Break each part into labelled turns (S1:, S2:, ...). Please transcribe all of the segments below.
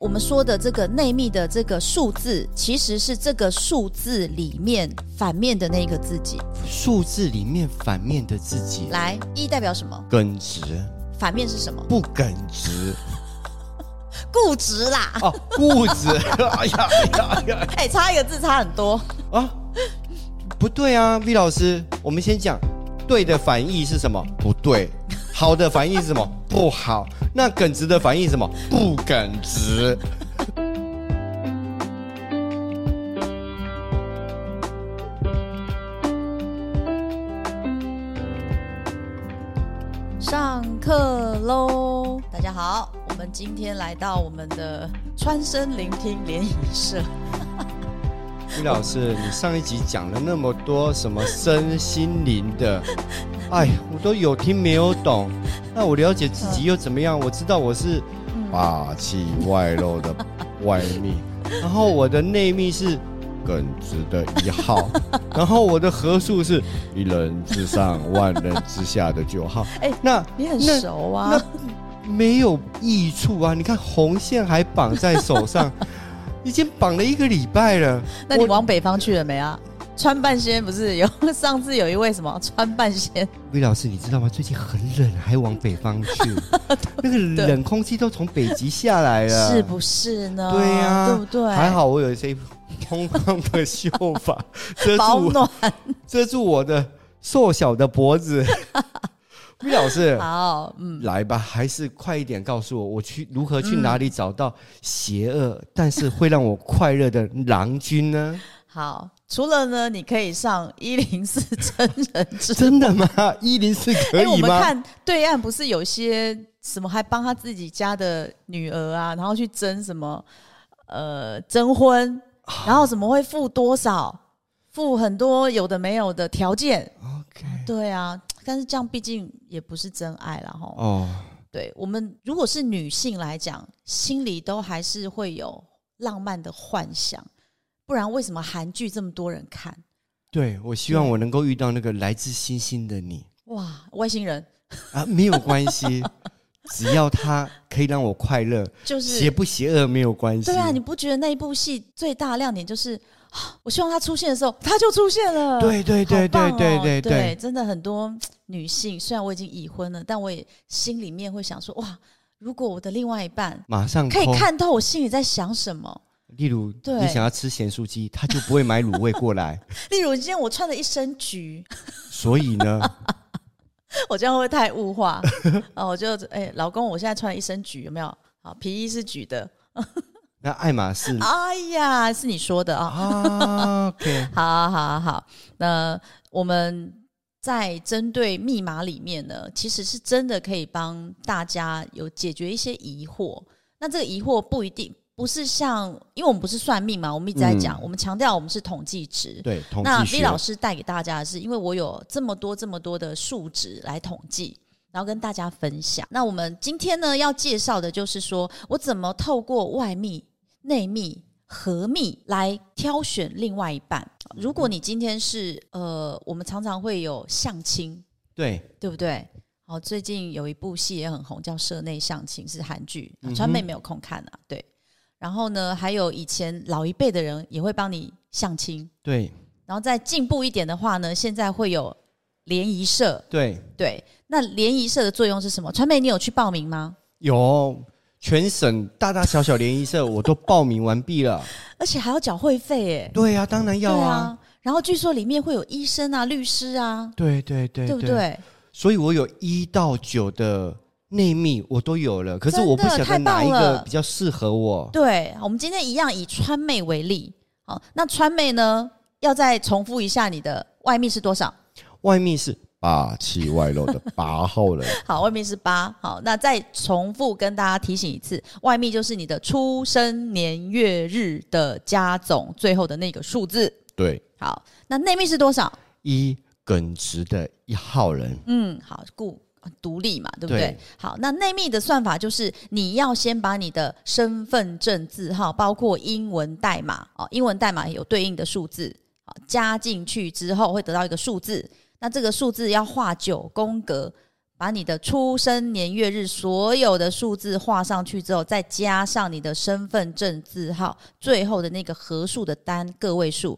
S1: 我们说的这个内密的这个数字，其实是这个数字里面反面的那个自己。
S2: 数字里面反面的自己，啊
S1: 来，一代表什么？
S2: 耿直
S1: 反面是什么？
S2: 不耿直
S1: 固执啦。
S2: 哦，固执， 哎呀哎呀哎呀
S1: 哎、差一个字差很多。
S2: 啊，不对啊，V 老师，我们先讲对的反义是什么？不对。好的反义是什么？不好。那耿直的反义是什么？不耿直。
S1: 上课喽！大家好，我们今天来到我们的川声聆听联谊社。
S2: 于老师，你上一集讲了那么多什么身心灵 的，哎，我都有听没有懂。那我了解自己又怎么样？我知道我是
S1: 嗯
S2: 霸气外露的外密，然后我的内密是耿直的 一号，然后我的合数是一人之上万人之下的九号。
S1: 哎
S2: 那
S1: 你很
S2: 那
S1: 熟啊？
S2: 没有益处啊！你看红线还绑在 手上，已经绑了一个礼拜了。
S1: 那你
S2: 我
S1: 往北方去了没啊？川半仙不是有 上次有一位什么川半仙？
S2: 魏老师，你知道吗？最近很冷，还往北 方去，那个冷空气都从北极下来了，
S1: 是不是呢？
S2: 哎对呀、
S1: 对不对？
S2: 还好我有一些蓬松的秀 发遮
S1: 保
S2: 住我
S1: 暖。
S2: 遮住我的瘦小的 脖子。魏老师，
S1: 好，嗯，
S2: 来吧，还是快一点告诉我，我去如何去哪里找到邪恶、但是会让我快乐的郎 君呢？
S1: 好。除了呢，你可以上一零 四真人之
S2: 真的吗？一零四可
S1: 哎，我
S2: 以
S1: 们
S2: 吗？
S1: 看对岸不是有些什么还帮他自己家的女儿啊，然后去争什么呃征婚，
S2: 啊
S1: 然后怎么会付多少，付很多有的没有的条件，
S2: OK，
S1: 对啊，但是这样毕竟也不是真爱了哈。
S2: 哦，
S1: 对我们如果是女性来讲，心里都还是会有浪漫的幻想，不然为什么韩剧这么多人看？
S2: 对，我希望我能够遇到那个来自星星的你
S1: 哇，外星人
S2: 啊，没有关 系，只要他可以让我快乐，
S1: 就是
S2: 邪不邪恶没有关系。
S1: 对啊，你不觉得那一部戏最大的亮点就是， 啊我希望他出现的时候，他就出现了。
S2: 对对对
S1: 好棒哦
S2: 对对对
S1: 对
S2: 对
S1: 真的很多嘖女性，虽然我已经已婚了，但我也心里面会想说，哇，如果我的另外一半
S2: 马上
S1: 可以
S2: 抠，
S1: 看透我心里在想什么，
S2: 例如
S1: 对
S2: 你想要吃咸酥鸡，他就不会买卤味过 来。
S1: 例如今天我穿了一身橘，
S2: 所以呢，
S1: 我这样会不会太物 化？啊，我就哎、老公，我现在穿了一身橘，有没有？好，皮衣是橘的。
S2: 那爱马仕
S1: 哎呀，是你说的啊。
S2: 啊，OK，
S1: 好啊好啊好啊，那我们在针对密码里面呢，其实是真的可以帮大家有解决一些疑惑。那这个疑惑不一定不是像，因为我们不是算命嘛，我们一直在讲，我们强调我们是统计值。
S2: 对，统
S1: 那
S2: 计
S1: V
S2: 学
S1: 老师带给大家的是，因为我有这么多这么多的数值来统计，然后跟大家分享。那我们今天呢要介绍的就是说我怎么透过外密、内密、合密来挑选另外一半。如果你今天是呃，我们常常会有相亲，
S2: 对，
S1: 对不对？哦，最近有一部戏也很红，叫《社内相亲》，是韩剧
S2: 嗯，哼
S1: 川妹没有空看啊。对，然后呢，还有以前老一辈的人也会帮你相亲。
S2: 对
S1: 然后再进步一点的话呢，现在会有联谊社。
S2: 对，
S1: 对，那联谊社的作用是什么？川妹，你有去报名吗？
S2: 有全省大大小小联谊社我都报名完毕了。
S1: 而且还要缴会费耶。
S2: 对呀、当然要
S1: 对
S2: 啊。
S1: 啊。然后据说里面会有医生啊、律师啊，
S2: 对对对
S1: 对不对？
S2: 所以我有一到九的内密我都有了，可是
S1: 真的
S2: 我不晓得
S1: 太
S2: 哪
S1: 棒
S2: 一个
S1: 了
S2: 比较适合我。
S1: 对，我们今天一样以川妹为例。好，那川妹呢，要再重复一下你的外密是多少？
S2: 外密是霸气外露的八号 人，
S1: 好，外密是八。好，那再重复跟大家提醒一次，外密就是你的出生年月日的加总最后的那个数字。
S2: 对，
S1: 好，那内密是多少？
S2: 一耿直的一号人，
S1: 嗯，好，固独立嘛，对不对？
S2: 对
S1: 好，那内密的算法就是你要先把你的身份证字号，包括英文代码哦，英文代码有对应的数字，好加进去之后会得到一个数字，那这个数字要画九宫格。把你的出生年月日所有的数字画上去之后，再加上你的身份证字号，最后的那个合数的单个位数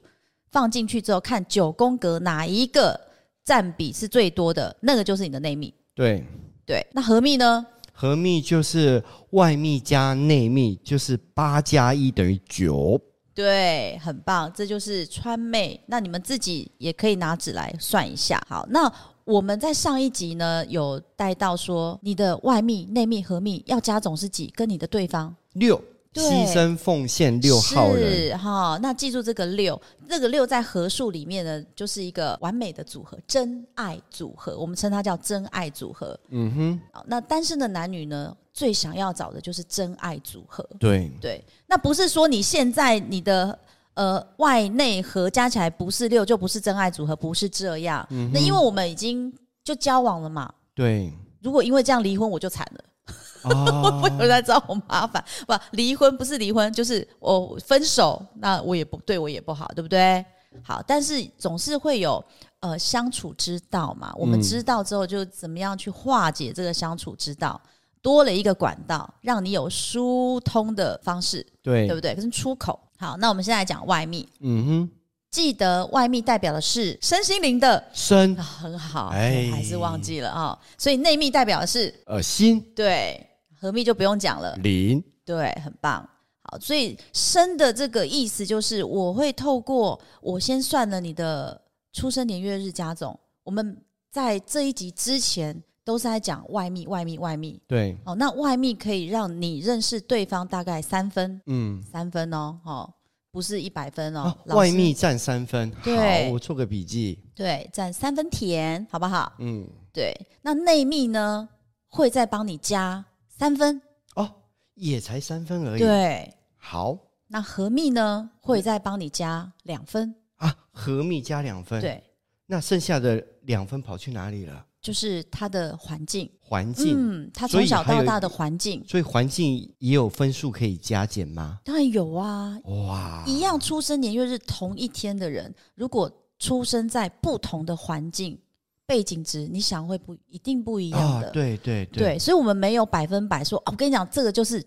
S1: 放进去之后，看九宫格哪一个占比是最多的，那个就是你的内密。
S2: 对，
S1: 对，那合密呢？
S2: 合密就是外密加内密，就是八加一等于九。
S1: 对，很棒，这就是川妹。那你们自己也可以拿纸来算一下。好，那我们在上一集呢有带到说，你的外密、内密、合密要加总是几，跟你的对方
S2: 六，
S1: 对
S2: 牺牲奉献六号人，
S1: 是哈、那记住这个六，这个六在合数里面呢，就是一个完美的组合，真爱组合，我们称它叫真爱组合。
S2: 嗯哼，
S1: 好，那单身的男女呢，最想要找的就是真爱组合。
S2: 对，
S1: 对，那不是说你现在你的呃外内合加起来不是六，就不是真爱组合，不是这样。
S2: 嗯
S1: 那因为我们已经就交往了嘛，
S2: 对
S1: 如果因为这样离婚，我就惨了，
S2: 啊，
S1: 我有在找我麻烦。不，离婚不是离婚，就是我分手，那我也不对我也不好，对不对？好，但是总是会有呃相处之道嘛，我们
S2: 嗯
S1: 知道之后就怎么样去化解这个相处之道，多了一个管道，让你有疏通的方式。 对不
S2: 对，
S1: 对？可是出口。好，那我们现在来讲外密。
S2: 嗯哼，
S1: 记得外密代表的是身心灵的，
S2: 身
S1: 啊、 很好，
S2: 哎
S1: 我还是忘记了啊、所以内密代表的是
S2: 呃心
S1: 对，合密就不用讲了，
S2: 灵，
S1: 对，很棒。好，所以身的这个意思就是，我会透过我先算了你的出生年月日加总。我们在这一集之前都是在讲外密，外密，外密。
S2: 对，
S1: 哦，那外密可以让你认识对方大概三分
S2: 嗯，
S1: 三分哦，哦，不是一百分哦，
S2: 啊，
S1: 老师
S2: 外密占三分，好
S1: 对，
S2: 我做个笔记，
S1: 对占三分甜，好不好？
S2: 嗯，
S1: 对，那内密呢会再帮你加三分，
S2: 哦，也才三分而已，
S1: 对，
S2: 好
S1: 那合密呢会再帮你加两分，
S2: 啊，合密加两分，，
S1: 对，
S2: 那剩下的两分跑去哪里了？
S1: 就是他的环境，
S2: 环境，
S1: 嗯，他
S2: 所
S1: 从
S2: 以
S1: 小
S2: 还有
S1: 到
S2: 一
S1: 大的环境，
S2: 所以环境也有分数可以加减吗？
S1: 当然有啊，
S2: 哇，
S1: 一样出生年月日同一天的人，如果出生在不同的环境背景值，你想会不一定不一样
S2: 啊
S1: 的，，
S2: 对对对，
S1: 对，所以我们没有百分百说，哦、我跟你讲，这个就是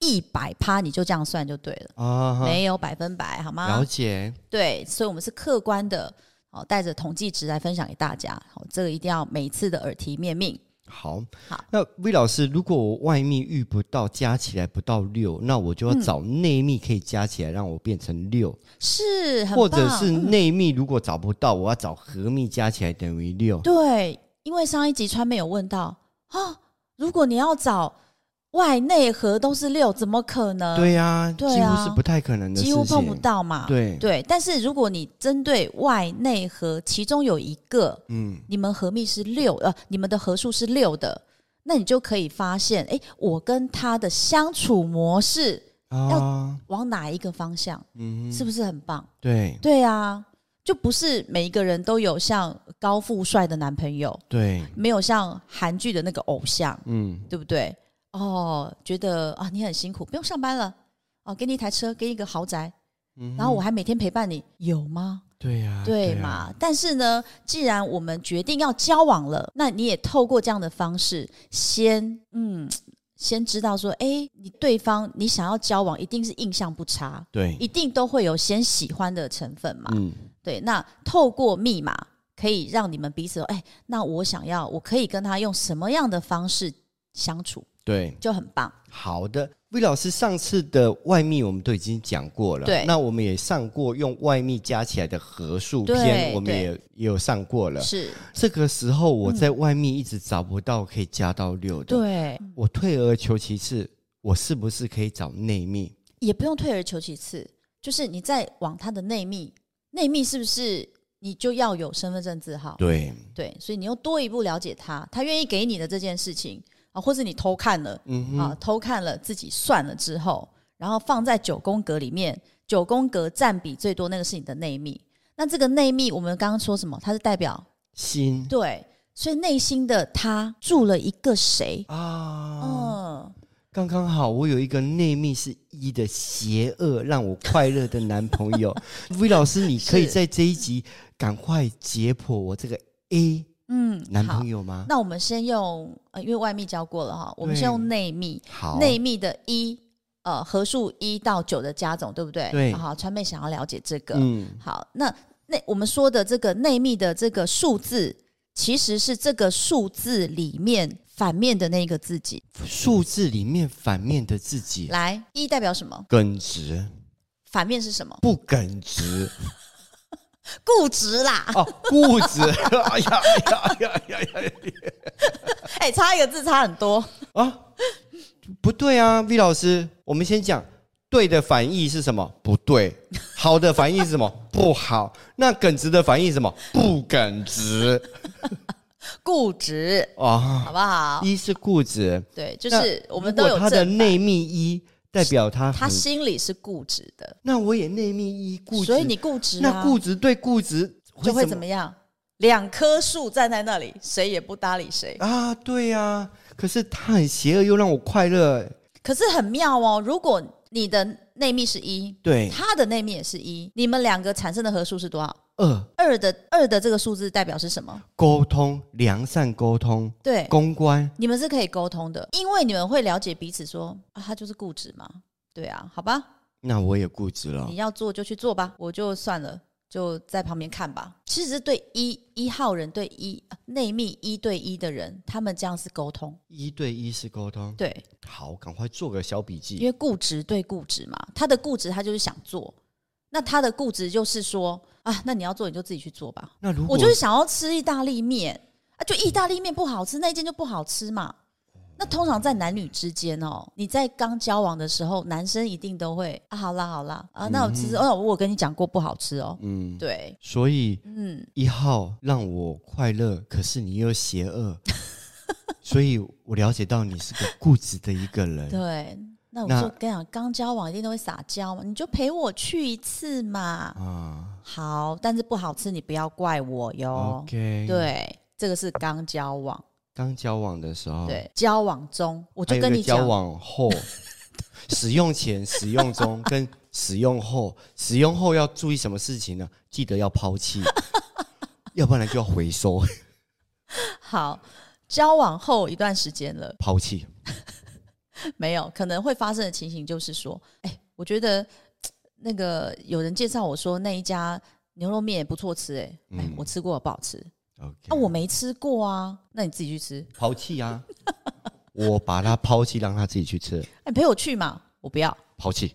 S1: 一百趴，你就这样算就对了，
S2: 啊哈，
S1: 没有啊百分百，好
S2: 了
S1: 吗？
S2: 解，
S1: 对，所以我们是客观的，哦，带着统计值来分享给大家，好、这个一定要每次的耳提面命。
S2: 好，
S1: 好
S2: 那魏老师，如果我外密遇不到，加起来不到六，那我
S1: 嗯
S2: 就要找内密可以加起来让我变成六，
S1: 是，很
S2: 或者
S1: 棒
S2: 是
S1: 嗯
S2: 内密如果找不到，我要找合密加起来等于六。
S1: 对，因为上一集川妹有问到啊，如果你要找外内核都是六，怎么可能？
S2: 对呀，几
S1: 对
S2: 乎
S1: 啊
S2: 是不太可能的事
S1: 几
S2: 情。
S1: 乎碰不到嘛。
S2: 对，
S1: 对，但是如果你针对外内核其中有一个，
S2: 嗯，
S1: 你们合密是六，呃，你们的合数是六的，那你就可以发现，诶，我跟他的相处模式
S2: 啊，
S1: 往哪一个方向，
S2: 嗯
S1: 是
S2: 哼，
S1: 不是很棒？
S2: 对
S1: 对啊，就不是每一个人都有像高富帅的男朋友，
S2: 对，
S1: 没有像韩剧的那个偶像，
S2: 嗯，
S1: 对不对？哦，觉得啊，你很辛苦，不用上班了，哦，给你一台车，给你一个豪宅，
S2: 嗯
S1: 然后我
S2: 哼
S1: 还每天陪伴你，有吗？
S2: 对呀，
S1: 啊对
S2: 呀
S1: 嘛？但是呢，既然我们决定要交往了，那你也透过这样的方式，先嗯，先知道说，哎，你对方你想要交往，一定是印象不差，
S2: 对，
S1: 一定都会有先喜欢的成分嘛。
S2: 嗯，
S1: 对，那透过密码可以让你们彼此说，哎，那我想要，我可以跟他用什么样的方式相处，
S2: 对。
S1: 就很棒。
S2: 好的，魏老师，上次的外密我们都已经讲过了，
S1: 对
S2: 那我们也上过用外密加起来的合数
S1: 对
S2: 篇，我们
S1: 对
S2: 也也有上过了。
S1: 是，
S2: 这个时候我在外密一直找不到可以加到六的，
S1: 对，
S2: 我退而求其次，我是不是可以找内密？
S1: 也不用退而求其次，就是你再往他的内密，内密是不是你就要有身份证字号？
S2: 对，
S1: 对，所以你又多一步了解他，他愿意给你的这件事情啊，或是你偷看了
S2: 嗯哼，
S1: 啊，偷看了自己算了之后，然后放在九宫格里面，九宫格占比最多那个是你的内密。那这个内密，我们刚刚说什么？它是代表
S2: 心
S1: 对，所以内心的他住了一个谁？
S2: 啊，
S1: 嗯，
S2: 刚刚好，我有一个内密是一的邪恶让我快乐的男朋 友。魏老师，你可以
S1: 是
S2: 在这一集赶快解剖我这个 A
S1: 嗯，
S2: 男
S1: 好
S2: 朋。友吗？
S1: 那我们先用，呃，因为外密教过了哈，我们
S2: 对
S1: 先用内密，
S2: 好，
S1: 内密的一，呃，合数一到九的加总，对不对？
S2: 对
S1: 好，川妹想要了解这个。
S2: 嗯，
S1: 好，那内我们说的这个内密的这个数字，其实是这个数字里面反面的那个自己。
S2: 数字里面反面的自己，
S1: 来，一代表什么？
S2: 耿直
S1: 反面是什么？
S2: 不耿直
S1: 固执啦！
S2: 哦，固执， 哎呀哎呀哎呀哎呀
S1: 哎、差一个字差很多。
S2: 啊，不对啊，V 老师，我们先讲对的反义是什么？不对， 好的反义是什么？不好。那耿直的反义是什么？不耿直
S1: 固执，
S2: 啊。
S1: 好不好？
S2: 一是固执，
S1: 对，就是我们都
S2: 如
S1: 有
S2: 果他的
S1: 正反
S2: 内密一代表他
S1: 他
S2: 很，
S1: 心里是固执的，
S2: 那我也内密一固执，
S1: 所以你固执、啊，
S2: 那固执对固执
S1: 就会怎
S2: 怎么
S1: 么样？两棵树站在那里，谁也不搭理谁。
S2: 啊？对呀、啊，可是他很邪恶，又让我快乐。
S1: 可是很妙哦，如果你的内密是一，
S2: 对，
S1: 他的内密也是一，你们两个产生的合数是多少？
S2: 二
S1: 二的二的这个数字代表是什么？
S2: 沟通，良善沟通，
S1: 对，
S2: 公关。
S1: 你们是可以沟通的，因为你们会了解彼此说，啊，他就是固执嘛，对啊，好吧，
S2: 那我也固执了
S1: 你。要做就去做吧，我就算了，就在旁边看吧。其实是对一一号人对一呃内密一对一的人，他们这样是沟通，
S2: 一对一是沟通，
S1: 对，
S2: 好，赶快做个小笔
S1: 因
S2: 记。
S1: 为固执对固执嘛，他的固执他就是想做，那他的固执就是说啊，那你要做你就自己去做吧。
S2: 那如果
S1: 我就是想要吃意大利面啊，就意大利面不好吃，那一间就不好吃嘛。那通常在男女之间哦，你在刚交往的时候，男生一定都会啊，好啦好啦啊，那我其实、哦，我跟你讲过不好吃哦，
S2: 嗯，
S1: 对，
S2: 所以
S1: 嗯，
S2: 一号让我快乐，可是你又邪 恶，所以我了解到你是个固执的一个人。
S1: 对。那我
S2: 那
S1: 就跟你讲，刚交往一定都会撒娇嘛，你就陪我去一次嘛。
S2: 啊
S1: 好，但是不好吃你不要怪我哟。
S2: ，OK，，
S1: 哦对，这个是刚交往，
S2: 刚交往的时候，，
S1: 对，交往中我
S2: 哦还
S1: 就
S2: 有
S1: 跟
S2: 一
S1: 你
S2: 个交
S1: 讲，
S2: 往 后，使用前、使用中跟使用后，使用后要注意什么事情呢？记得要抛 弃，要不然就要回收，
S1: 好，交往后一段时间了，
S2: 抛弃。
S1: 没有可能会发生的情形就是说，哎、我觉得嘖那个有人介绍我说那一家牛肉面也不错吃、哎、哎
S2: 嗯，
S1: 我吃过不好吃，
S2: OK，
S1: 啊，我没吃过啊，那你自己去吃，
S2: 抛弃啊！我把它抛弃，让他自己去吃，
S1: 哎、陪我去嘛，我不要。
S2: 抛弃。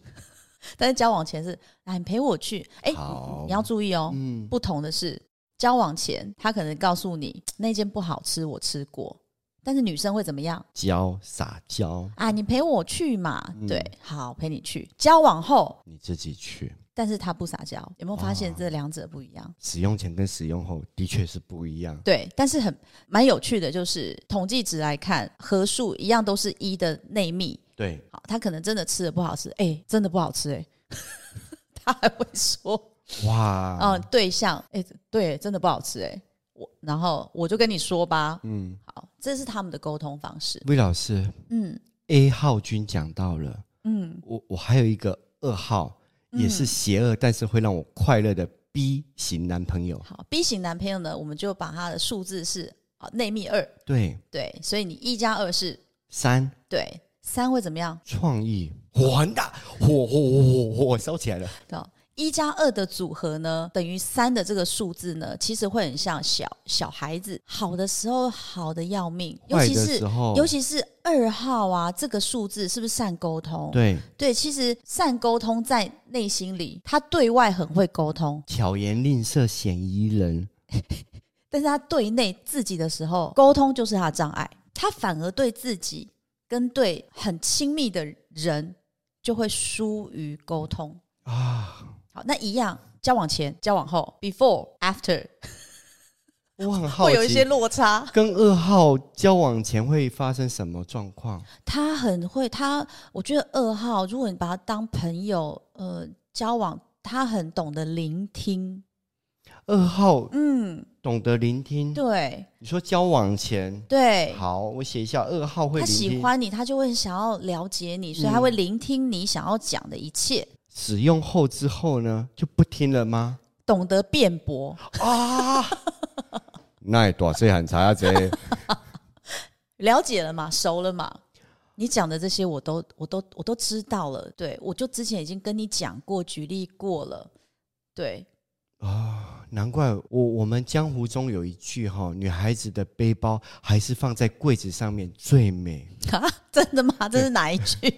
S1: 但是交往前是，哎，你陪我去，哎、
S2: 好
S1: 你要注意哦，
S2: 嗯，
S1: 不同的是，交往前他可能告诉你那间不好吃，我吃过，但是女生会怎么样？
S2: 娇撒娇，
S1: 啊，你陪我去嘛，
S2: 嗯
S1: 对，好，陪你去。交往后，
S2: 你自己去。
S1: 但是他不撒娇，有没有发现
S2: 哦
S1: 这两者不一样？
S2: 使用前跟使用后的确是不一样。
S1: 对，但是很蛮有趣的，就是统计值来看，合数一样都是一的内密，
S2: 对，
S1: 好，他可能真的吃的不好吃，哎、真的不好吃、哎， 他还会说，
S2: 哇，啊
S1: 嗯、对象，哎、对，真的不好吃、哎，我，然后我就跟你说吧，
S2: 嗯
S1: 好，这是他们的沟通方式，
S2: 魏老师
S1: 嗯
S2: A 号君讲到了，
S1: 嗯，
S2: 我我还有一个二号
S1: 嗯
S2: 也是邪恶，但是会让我快乐的 B 型男朋友。
S1: 好，B 型男朋友呢，我们就把他的数字是啊内密二。
S2: 对，
S1: 对，所以你一加二是
S2: 三
S1: 对，三会怎么样？
S2: 创意火很大，火火火火火烧起来了。
S1: 对，一加二的组合呢，等于三的这个数字呢，其实会很像小小孩子，好的时候好的要命，尤
S2: 坏
S1: 其
S2: 的
S1: 是
S2: 时候，
S1: 尤其是二号啊，这个数字是不是善沟通？
S2: 对
S1: 对，其实善沟通在内心里，他对外很会沟通，
S2: 巧言令色嫌疑人，
S1: 但是他对内自己的时候，沟通就是他的障碍，他反而对自己跟对很亲密的人就会疏于沟通。
S2: 啊，
S1: 好，那一样，交往前、交往后，before、after，
S2: 我很好
S1: 会
S2: 奇，
S1: 有一些落 差。
S2: 跟二号交往前会发生什么状况？
S1: 他很会，他我觉得二号，如果你把他当朋友，呃，交往，他很懂得聆听。
S2: 二号
S1: 嗯，
S2: 懂得聆听，
S1: 对
S2: 你说交往前，
S1: 对，
S2: 好，我写一下，二号会
S1: 他
S2: 聆听。嗯
S1: 喜欢你，他就会想要了解你，所以他会聆听你想要讲的一切，
S2: 使用后之后呢，就不听了吗？
S1: 懂得辩驳。
S2: 啊， 那也大岁喊查啊这，
S1: 了解了嘛，熟了嘛。你讲的这些我都我都我都知道了，对我就之前已经跟你讲过，举例过了，对，
S2: 难怪我我们江湖中有一句哈，女孩子的背包还是放在柜子上面最美。
S1: 啊， 真的吗？这是哪一句？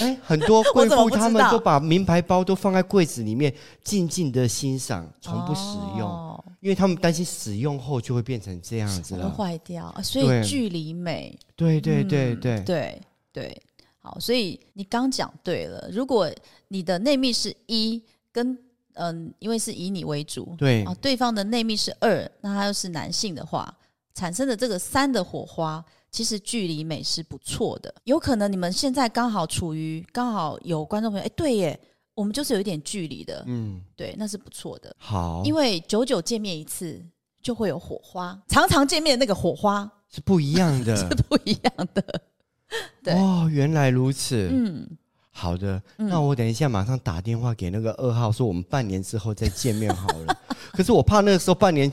S2: 哎，很多贵
S1: 我怎么
S2: 妇
S1: 不知道
S2: 她们都把名牌包都放在柜子里面，静静的欣赏， 从不使用，
S1: 哦
S2: 因为她们担心使用后就会变成这样子
S1: 会
S2: 了。
S1: 坏掉，啊所
S2: 对
S1: 以距离美，
S2: 对对对
S1: 嗯
S2: 对，
S1: 对对，好，所以你刚讲对了。如果你的内密是一，跟嗯，因为是以你为主，
S2: 对
S1: 啊，对方的内密是二，那他又是男性的话，产生的这个三的火花，其实距离美是不错的。有可能你们现在刚好处于刚好有观众朋友，哎，对耶，我们就是有一点距离的，
S2: 嗯，哦
S1: 对，那是不错的，
S2: 好，
S1: 因为久久见面一次。就会有火花，常常见面的那个火花
S2: 是不一样的。
S1: 是不一样的。对
S2: 哦，原来如此。
S1: 嗯，
S2: 好的，
S1: 嗯
S2: 那我等一下马上打电话给那个二号，说我们半年之后再见面好了。 可是我怕那个时候半年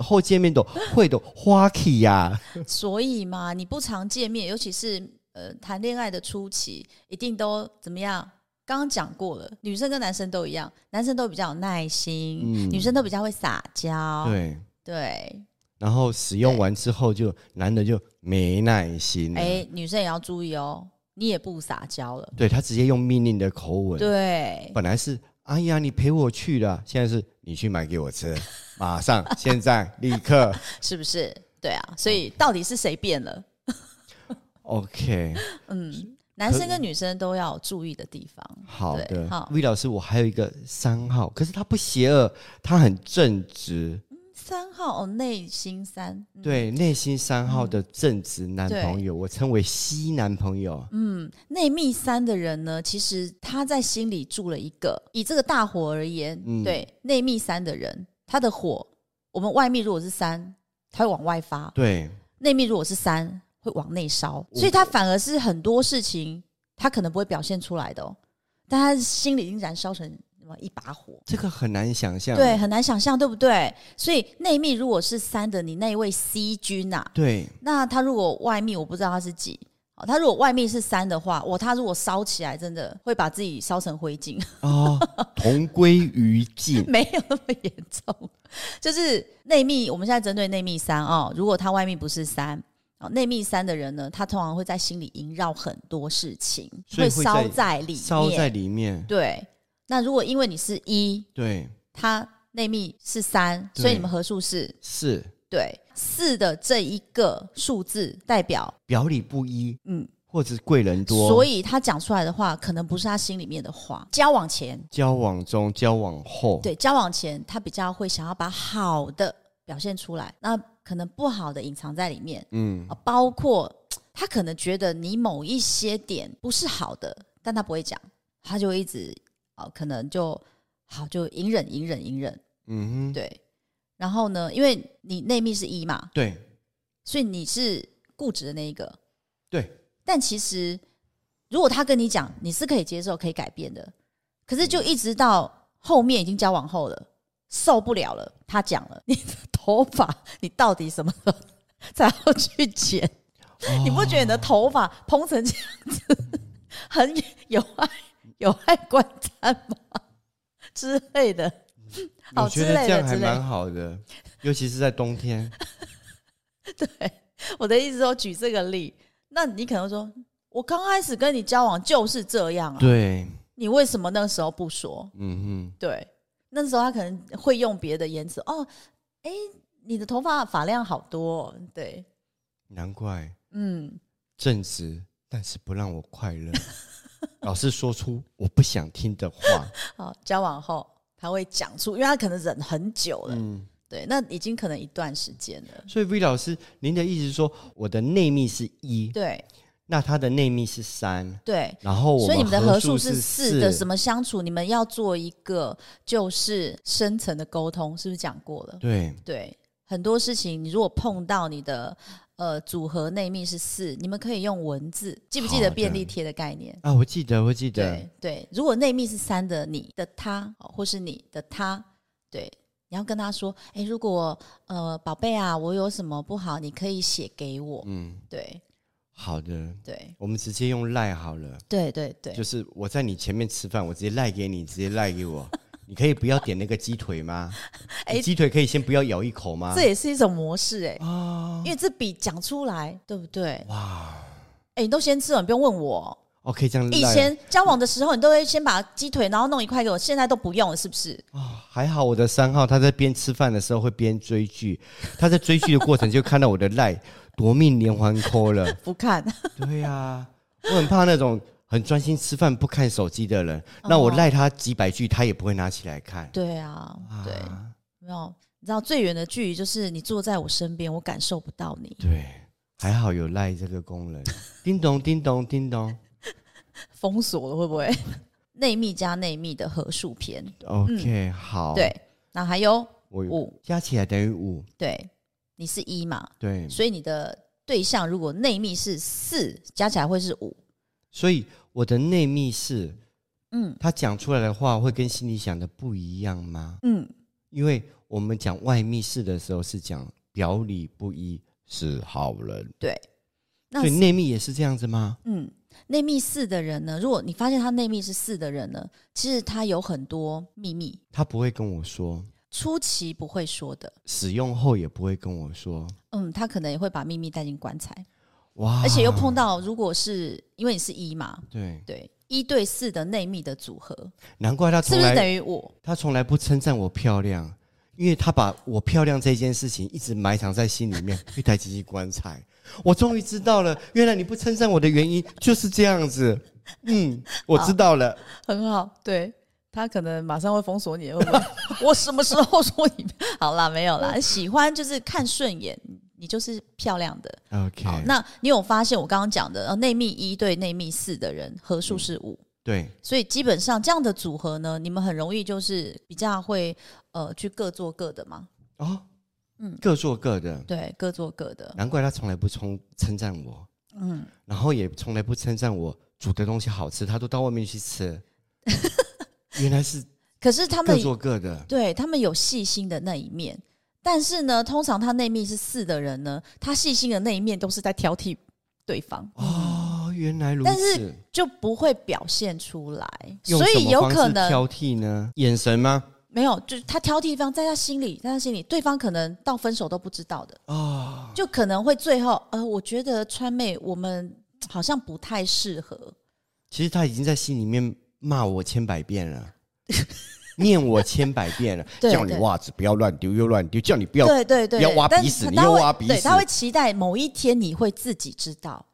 S2: 后见面都会的花期呀。
S1: 所以嘛，你不常见面，尤其是呃谈恋爱的初期，一定都怎么样？刚刚讲过了，女生跟男生都一样，男生都比较有耐心，
S2: 嗯
S1: 女生都比较会撒娇。
S2: 对，
S1: 对，
S2: 然后使用完之后就男的就没耐心了。
S1: 哎、女生也要注意哦，你也不撒娇了。
S2: 对他直接用命令的口吻。
S1: 对，
S2: 本来是哎呀，你陪我去的，现在是你去买给 我吃，马上，现在，立刻。
S1: 是不是？对啊，所以到底是谁变了？
S2: OK，
S1: 嗯，男生跟女生都要注意的地方。
S2: 好
S1: 对
S2: 的
S1: 好。
S2: 魏老师，我还有一个三号，可是他不邪恶，他很正直，
S1: 三号哦，内心三，嗯
S2: 对内心三号的正直男朋友，我称为西男朋友。
S1: 嗯，内密三的人呢，其实他在心里住了一个，以这个大火而言，
S2: 嗯
S1: 对内密三的人，他的火，我们外密如果是三，他会往外发；
S2: 对，
S1: 内密如果是三，会往内烧，
S2: 我
S1: 所以他反而是很多事情他可能不会表现出来的、哦，但他心里已经燃烧成什么一把火。
S2: 这个很难想象。
S1: 对，很难想象，对不对？所以内密如果是三的，你那一位 C 君啊呐、
S2: 对，
S1: 那他如果外密，我不知道他是几。哦，他如果外密是三的话，我他如果烧起来，真的会把自己烧成灰烬，
S2: 哦，同归于尽。
S1: 没有那么严重。 就是内密，我们现在针对内密三哦，如果他外密不是三，哦，内密三的人呢，他通常会在心里萦绕很多事情，
S2: 所以会
S1: 烧
S2: 在
S1: 在里面。
S2: 烧在里面，
S1: 对。那如果因为你是一，
S2: 对，
S1: 他内密是三，
S2: 对
S1: 所以你们合数是
S2: 是
S1: 对四的这一个数字代表
S2: 表里不一，
S1: 嗯。
S2: 或者贵人多，
S1: 所以他讲出来的话，可能不是他心里面的话。交往前，
S2: 交往中、交往后，
S1: 对交往前，他比较会想要把好的表现出来，那可能不好的隐藏在里面
S2: 嗯，
S1: 啊，包括他可能觉得你某一些点不是好的，但他不会讲，他就会一直啊，可能就好就隐忍、隐忍、隐忍，
S2: 嗯哼，
S1: 对。然后呢，因为你内密是一嘛，
S2: 对
S1: 所以你是固执的那一个，
S2: 对，
S1: 但其实如果他跟你讲，你是可以接受、可以改变的，可是就
S2: 嗯
S1: 一直到后面已经交往后了，受不了了，他讲了， 你的头发你到底什么时候 才要去剪？ 你
S2: 哦
S1: 不觉得你的头发蓬成这样子，很有爱有爱观瞻吗？ 之类的，好
S2: 嗯我觉
S1: 之
S2: 得
S1: 类的
S2: 这样
S1: 之
S2: 还
S1: 类的
S2: 蛮 好的，尤其是在冬天，
S1: 我的意思说举这个例，那你可能说，我刚开始跟你交往就是这样啊，
S2: 对，
S1: 你为什么那时候不说？
S2: 嗯
S1: 对，那时候他可能会用别的言辞，哦，哎，你的头发发量好多哦、对，
S2: 哼，难怪
S1: 嗯，
S2: 正直，但是不让我 快乐，老是说出我不想听 的话，
S1: 好，交往后他会讲出，因为他可能忍很久了，
S2: 嗯，
S1: 对，那已经可能一段时间了，
S2: 所以 V 老师，您的意思是说，我的内密是一，
S1: 对
S2: 那他的内密是三，
S1: 对，
S2: 然后我
S1: 所以你们的合数
S2: 数
S1: 是四
S2: 四
S1: 的，怎么相处？你们要做一个就是深层的沟通，是不是讲过了？
S2: 对，
S1: 对，很多事情你如果碰到你的呃组合内密是四，你们可以用文字，记不记得
S2: 好的
S1: 便利贴的概念？
S2: 啊，我记得，我记得，
S1: 对对，如果内密是三的你的他，哦或是你的他，对，你要跟他说，哎、如果呃宝贝啊，我有什么不好，你可以写给我。
S2: 嗯，
S1: 对
S2: 好的，
S1: 对
S2: 我们直接用赖好了，
S1: 对对对
S2: 就，是我在你前面吃饭，我直接赖给你，直接赖 给我。你可以不要点那个鸡腿吗？
S1: 哎
S2: 你鸡腿可以先不要咬一口吗？
S1: 这也是一种模式哎、
S2: 啊，
S1: 因为这比讲出来，对不对？
S2: 哇
S1: 哎、你都先吃了，你不用问我。
S2: 哦，可以这样赖。
S1: 以前交往的时候，你都会先把鸡腿，然后弄一块给我，现在都不用了，是不是？
S2: 啊还好我的三号他在边吃饭的时候会边追剧，他在追剧的过程就看到我的赖夺命连环扣了。
S1: 不看，
S2: 对呀、我很怕那种很专心吃饭不看手机的人，那我
S1: 哦
S2: 赖他几百句，他也不会拿起来看。
S1: 对啊，对，
S2: 啊
S1: 没有。你知道最远的距离就是你坐在我身边，我感受不到你。
S2: 对，还好有赖这个功能。叮咚叮咚叮咚
S1: 封锁了会不会？ 内密加内密的合数篇，
S2: ，OK，、好，
S1: 嗯对，，那还有
S2: 我
S1: 五，
S2: 加起来等于五，
S1: 对，你是一嘛，
S2: 对，
S1: 所以你的对象如果内密是四，加起来会是五，
S2: 所以我的内密是
S1: 嗯
S2: 他讲出来的话会跟心里想的不一样吗？
S1: 嗯，
S2: 因为我们讲外密室的时候是讲表里不一是好人，
S1: 对。那
S2: 所以内密也是这样子吗？
S1: 嗯，内密四的人呢，如果你发现他内密是四的人呢，其实他有很多秘密，
S2: 他不会跟我说，
S1: 初期不会说的。
S2: 使用后也不会跟我说，
S1: 嗯，他可能也会把秘密带进棺材，
S2: 哇，
S1: 而且又碰到，如果是因为你是一嘛，
S2: 对，
S1: 对，一对四的内密的组合，
S2: 难怪他
S1: 是
S2: 从
S1: 不是
S2: 来
S1: 等于我？
S2: 他从来不称赞我漂亮，因为他把我漂亮这件事情一直埋藏在心 里面，一台机器棺材。我终于知道了，原来你不称赞我的原因就是这样子。嗯，我知道了。
S1: 很好，对。他可能马上会封锁你，会不会？ 我什么时候说你？ 好啦，没有啦。喜欢就是看顺眼，你就是漂亮的。
S2: OK，
S1: 好，那你有发现我刚刚讲的，呃，内密一对内密四的人合数是五、
S2: 对，
S1: 所以基本上这样的组合呢，你们很容易就是比较会呃去各做各的嘛，
S2: 哦，
S1: 嗯
S2: 各做各的，
S1: 对，各做各的，
S2: 难怪他从来不称称赞我，
S1: 嗯，
S2: 然后也从来不称赞我煮的东西好吃，他都到外面去吃。 原来是
S1: 可是他
S2: 各
S1: 们
S2: 做各的，
S1: 对他们有细心的那一面，但是呢，通常他内密是四的人呢，他细心的那一面都是在挑剔对方，
S2: 哦，原来如
S1: 但
S2: 此。
S1: 就不会表现出来，
S2: 用
S1: 所
S2: 什
S1: 以
S2: 么
S1: 有
S2: 方
S1: 可
S2: 式
S1: 能
S2: 挑剔呢？眼神吗？
S1: 没有，就是他挑剔对方在他心里，在他心里，对方可能到分手都不知道的，
S2: 哦，
S1: 就可能会最后呃，我觉得川妹我们好像不太适合。
S2: 其实他已经在心里面骂我千百遍了， 念我千百遍了，
S1: 对
S2: 叫你
S1: 对
S2: 袜子不要乱丢又乱丢，叫你不要
S1: 对对对，
S2: 不要
S1: 对
S2: 挖
S1: 但
S2: 鼻屎
S1: 他
S2: 你
S1: 他
S2: 又
S1: 会
S2: 挖鼻
S1: 对，他
S2: 屎
S1: 会期待某一天你会自己知道，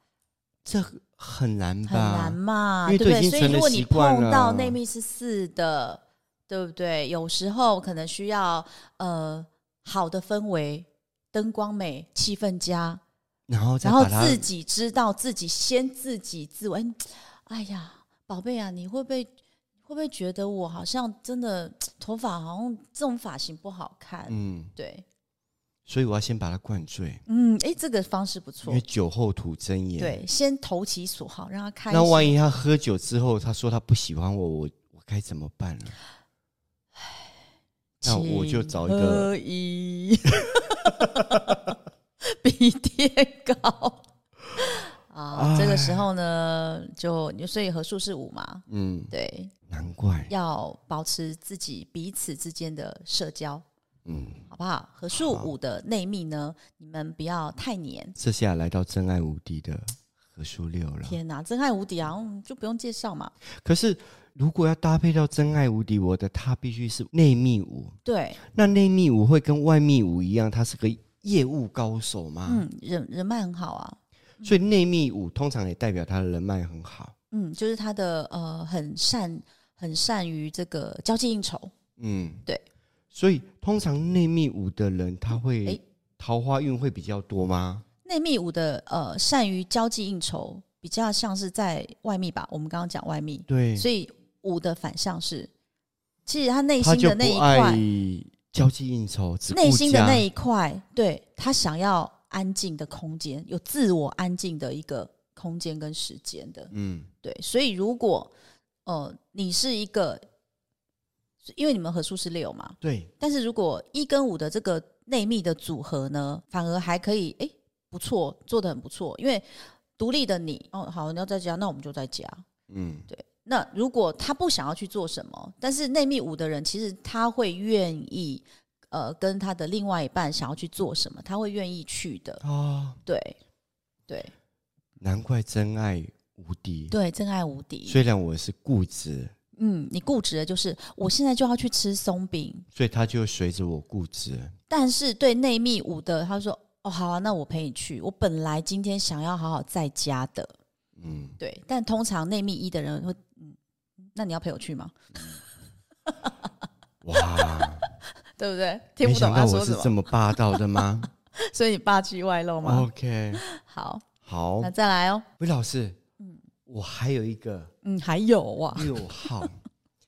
S2: 这很难
S1: 很难
S2: 吧？
S1: 嘛，
S2: 因为
S1: 对不
S2: 都已
S1: 对？所
S2: 经成
S1: 以
S2: 了
S1: 如果你
S2: 习惯
S1: 碰
S2: 了
S1: 到内密是四的，对不对？有时候可能需要呃好的氛围、灯光美、气氛佳，
S2: 然后再
S1: 然后
S2: 把它
S1: 自己知道自己先自己自问，哎呀，宝贝啊，你会不会会不会觉得我好像真的头发好像这种发型不好看？
S2: 嗯，
S1: 对，
S2: 所以我要先把他灌醉，
S1: 嗯，哎，这个方式不错
S2: 因为。酒后吐真言。，
S1: 对，先投其所好，让他开心。
S2: 那万一他喝酒之后，他说他不喜欢我，我我该怎么办呢？那我就找一个
S1: 可 以比天高啊。这个时候呢，就所以合数是五嘛，
S2: 嗯，
S1: 对，
S2: 难怪，
S1: 要保持自己彼此之间的社交，
S2: 嗯，
S1: 好不好？合数五的内密呢，你们不要太黏。
S2: 这下来到真爱无敌的何书六了。
S1: 天哪，真爱无敌啊！嗯就不用介绍嘛。
S2: 可是如果要搭配到真爱无敌，我的他必须是内密舞。
S1: 对，
S2: 那内密舞会跟外密舞一样，它是个业务高手吗？
S1: 嗯，人人脉很好啊。
S2: 所以内密舞通常也代表他的人脉很好。
S1: 嗯，就是他的呃，很善很善于这个交际应酬。
S2: 嗯，
S1: 对。
S2: 所以通常内密舞的人，他会
S1: 诶
S2: 桃花运会比较多吗？
S1: 内密舞的呃，善于交际应酬，比较像是在外密吧。我们刚刚讲外密，
S2: 对，
S1: 所以舞的反向是，其实他内
S2: 他
S1: 心
S2: 就
S1: 的那一
S2: 不爱
S1: 块，
S2: 交际应酬，只顾
S1: 内心的
S2: 家
S1: 那一块，对他想要安静的空间，有自我安静的一个空间跟时间的。
S2: 嗯，
S1: 对，所以如果呃，你是一个因为你们合数是六嘛，
S2: 对，
S1: 但是如果一跟五的这个内密的组合呢，反而还可以，诶，不错，做的很不错。因为独立的你，哦，好，你要在家，那我们就在家。
S2: 嗯，
S1: 那如果他不想要去做什么，但是内密五的人，其实他会愿意，呃，跟他的另外一半想要去做什么，他会愿意去的。
S2: 啊，
S1: 对，对，
S2: 难怪真爱无敌。
S1: 对，真爱无敌。
S2: 虽然我是固执，
S1: 嗯，你固执的就是我现在就要去吃松饼，
S2: 所以他就随着我固执。
S1: 但是对内密五的，他说：“哦，好啊，那我陪你去。我本来今天想要好好在家的，
S2: 嗯，
S1: 对。但通常内密一的人会，嗯，那你要陪我去吗？
S2: 哇，
S1: 对不对？听
S2: 没
S1: 不懂
S2: 想到
S1: 他
S2: 我
S1: 说
S2: 是
S1: 什
S2: 这
S1: 么，
S2: 么霸道的吗
S1: 所以你霸气外露吗？
S2: ？OK，
S1: 好，
S2: 好
S1: 那，嗯再来哦。
S2: 魏老师，我还有一个
S1: 嗯，还有哇，
S2: 六 号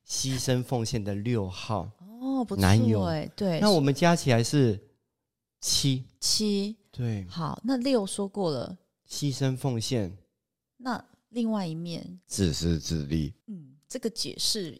S2: 牺牲奉献的六号，
S1: 哦，不
S2: 男友
S1: 错哎，对，
S2: 那我们加起来是七。
S1: 七
S2: 对，
S1: 好，那六说过了，
S2: 牺牲奉献
S1: 那另外一面，
S2: 自私自利，
S1: 嗯，这个解释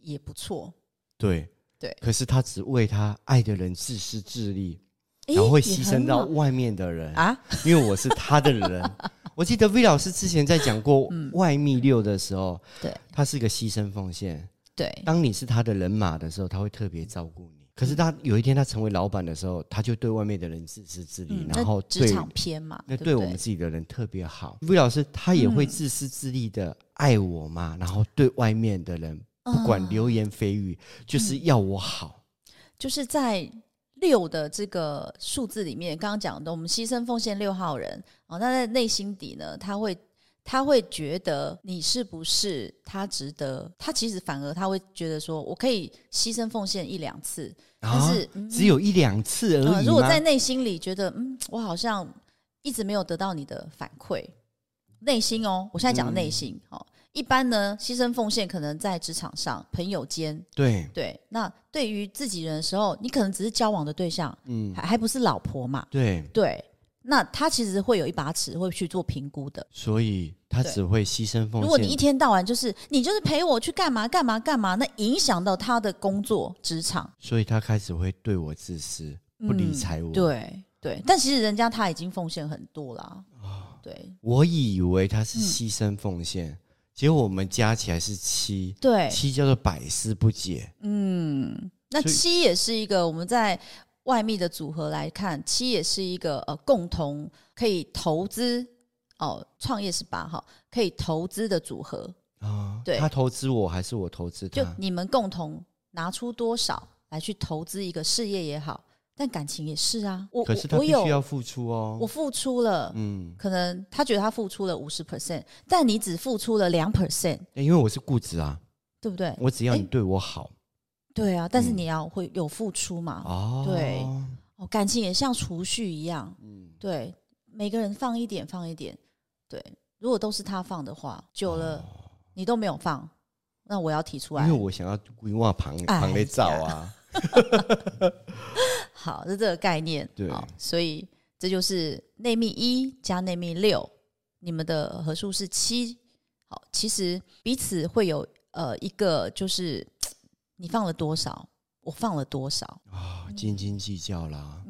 S1: 也不错，
S2: 对
S1: 对
S2: 可是他只为他爱的人自私自利，
S1: 诶
S2: 然后会
S1: 也
S2: 牺
S1: 很
S2: 牲到
S1: 好
S2: 外面的人，
S1: 啊，
S2: 因为我是他的 人。我记得 V 老师之前在讲过
S1: 嗯
S2: 外密六的时候，
S1: 对
S2: 他是个牺牲奉献。
S1: 对，
S2: 当你是他的人马的时候，他会特别照顾
S1: 嗯
S2: 你。可是他有一天他成为老板的时候，他就对外面的人自私自利，
S1: 嗯，
S2: 然后
S1: 那职
S2: 对
S1: 场篇嘛，
S2: 那
S1: 不
S2: 对我们自己的人特别好。魏老师他也
S1: 嗯
S2: 会自私自利的爱我嘛，然后对外面的人不管
S1: 嗯
S2: 流言蜚语，就是要我好。
S1: 就是在六的这个数字里面，刚刚讲的，我们牺牲奉献六号人哦，那在内心底呢，他会他会觉得你是不是他值得？他其实反而他会觉得说，我可以牺牲奉献一两次，但
S2: 啊
S1: 是、嗯
S2: 只有一两次而
S1: 呃
S2: 已
S1: 如果
S2: 吗？
S1: 在内心里觉得，嗯，我好像一直没有得到你的反馈，内心哦，我现在讲的内心、哦。一般呢，牺牲奉献可能在职场上、朋友间，
S2: 对，
S1: 对，那对于自己人的时候，你可能只是交往的对象，
S2: 嗯，
S1: 还还不是老婆嘛？
S2: 对，
S1: 对，那他其实会有一把尺会去做评估的。
S2: 所以他
S1: 对
S2: 只会牺牲奉
S1: 如
S2: 献。
S1: 果你一天到晚就是你就是陪我去干嘛干嘛干嘛，那影响到他的工作职场，
S2: 所以他开始会对我自私，不理
S1: 嗯
S2: 睬我。，
S1: 对对，但其实人家他已经奉献很多啦。
S2: 啊
S1: 对
S2: 我以为他是
S1: 嗯
S2: 牺牲奉献，结果我们加起来是七，
S1: 对，
S2: 七叫做百思不解。
S1: 嗯，那
S2: 所以
S1: 七也是一个我们在外密的组合来看，七也是一个呃共同可以投资哦，创业是八哈，可以投资的组合，嗯
S2: 啊，
S1: 对
S2: 他投资我还是我投资
S1: 就
S2: 他？
S1: 你们共同拿出多少来去投资一个事业也好，但感情也是啊，我
S2: 可是
S1: 我
S2: 他
S1: 我
S2: 必须
S1: 有
S2: 要付出哦。
S1: 我付出了。
S2: 嗯，
S1: 可能他觉得他付出了五十 percent，但你只付出了两 percent，
S2: 欸因为我是固执啊，
S1: 对不对？
S2: 我只要你
S1: 欸
S2: 对我好、
S1: 对啊，但是
S2: 嗯
S1: 你要会有付出嘛。
S2: 哦。
S1: 对哦，感情也像储蓄一样，
S2: 嗯，
S1: 对，每个人放一点，放一点。对，如果都是他放的话，久了、
S2: 哦
S1: 你都没有放，那我要提出来
S2: 因为。我想要规划旁
S1: 哎
S2: 旁的照啊，
S1: 好，是这个概念。
S2: 对
S1: 好所以这就是内密一加内密六，你们的合数是七。好，其实彼此会有呃一个就是你放了多少，我放了多少，
S2: 啊，斤斤计较啦。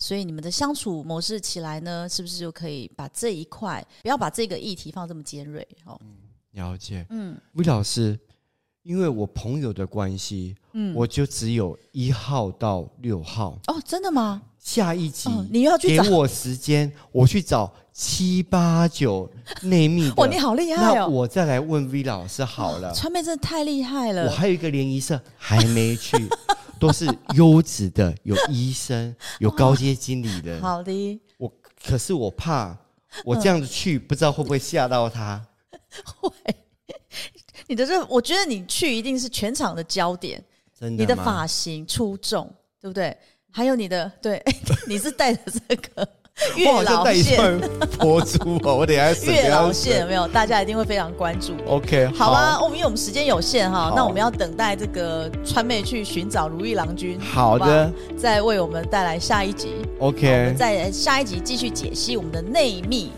S1: 所以你们的相处模式起来呢，是不是就可以把这一块不要把这个议题放这么尖锐？哦，
S2: 了解，
S1: 嗯
S2: 魏老师，因为我朋友的关系，
S1: 嗯，
S2: 我就只有一号到六号。
S1: 哦，真的吗？
S2: 下一集
S1: 哦，你又要去
S2: 给
S1: 找
S2: 我时间，我去找七八九内密的。
S1: 哇，你好厉害
S2: 啊 那
S1: 哦！
S2: 我再来问 V 老师好 了。
S1: 川妹真的太厉害
S2: 我
S1: 了，
S2: 还有一个联谊社还没去，都是优质的，有医生，有高阶经理的。
S1: 哦好嗯的，
S2: 我可是我怕我这样子去，不知道会不会吓到他。
S1: 你的这，我觉得你去一定是全场的焦点，
S2: 真的
S1: 你的
S2: 吗
S1: 发型出众，对不对？还有你的，对， 你是带着这个月
S2: 我好像
S1: 老
S2: 带一
S1: 线，
S2: 串佛珠哦，我等一下省
S1: 月
S2: 掉
S1: 老线有没有？大家一定会非常关注。
S2: OK，
S1: 好啊，，我们因为我们时间有限哈
S2: 好，
S1: 那我们要等待这个川妹去寻找如意郎君，
S2: 好的哎
S1: 不好，再为我们带来下一集。好我
S2: ，OK，
S1: 们在下一集继续解析我们的内密，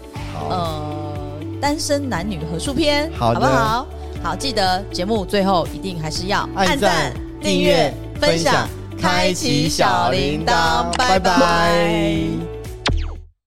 S1: 呃，单身男女合数篇，
S2: 好的
S1: 不好？好，记得节目最后一定还是要
S2: 按赞
S1: 订阅分享开启小铃铛拜拜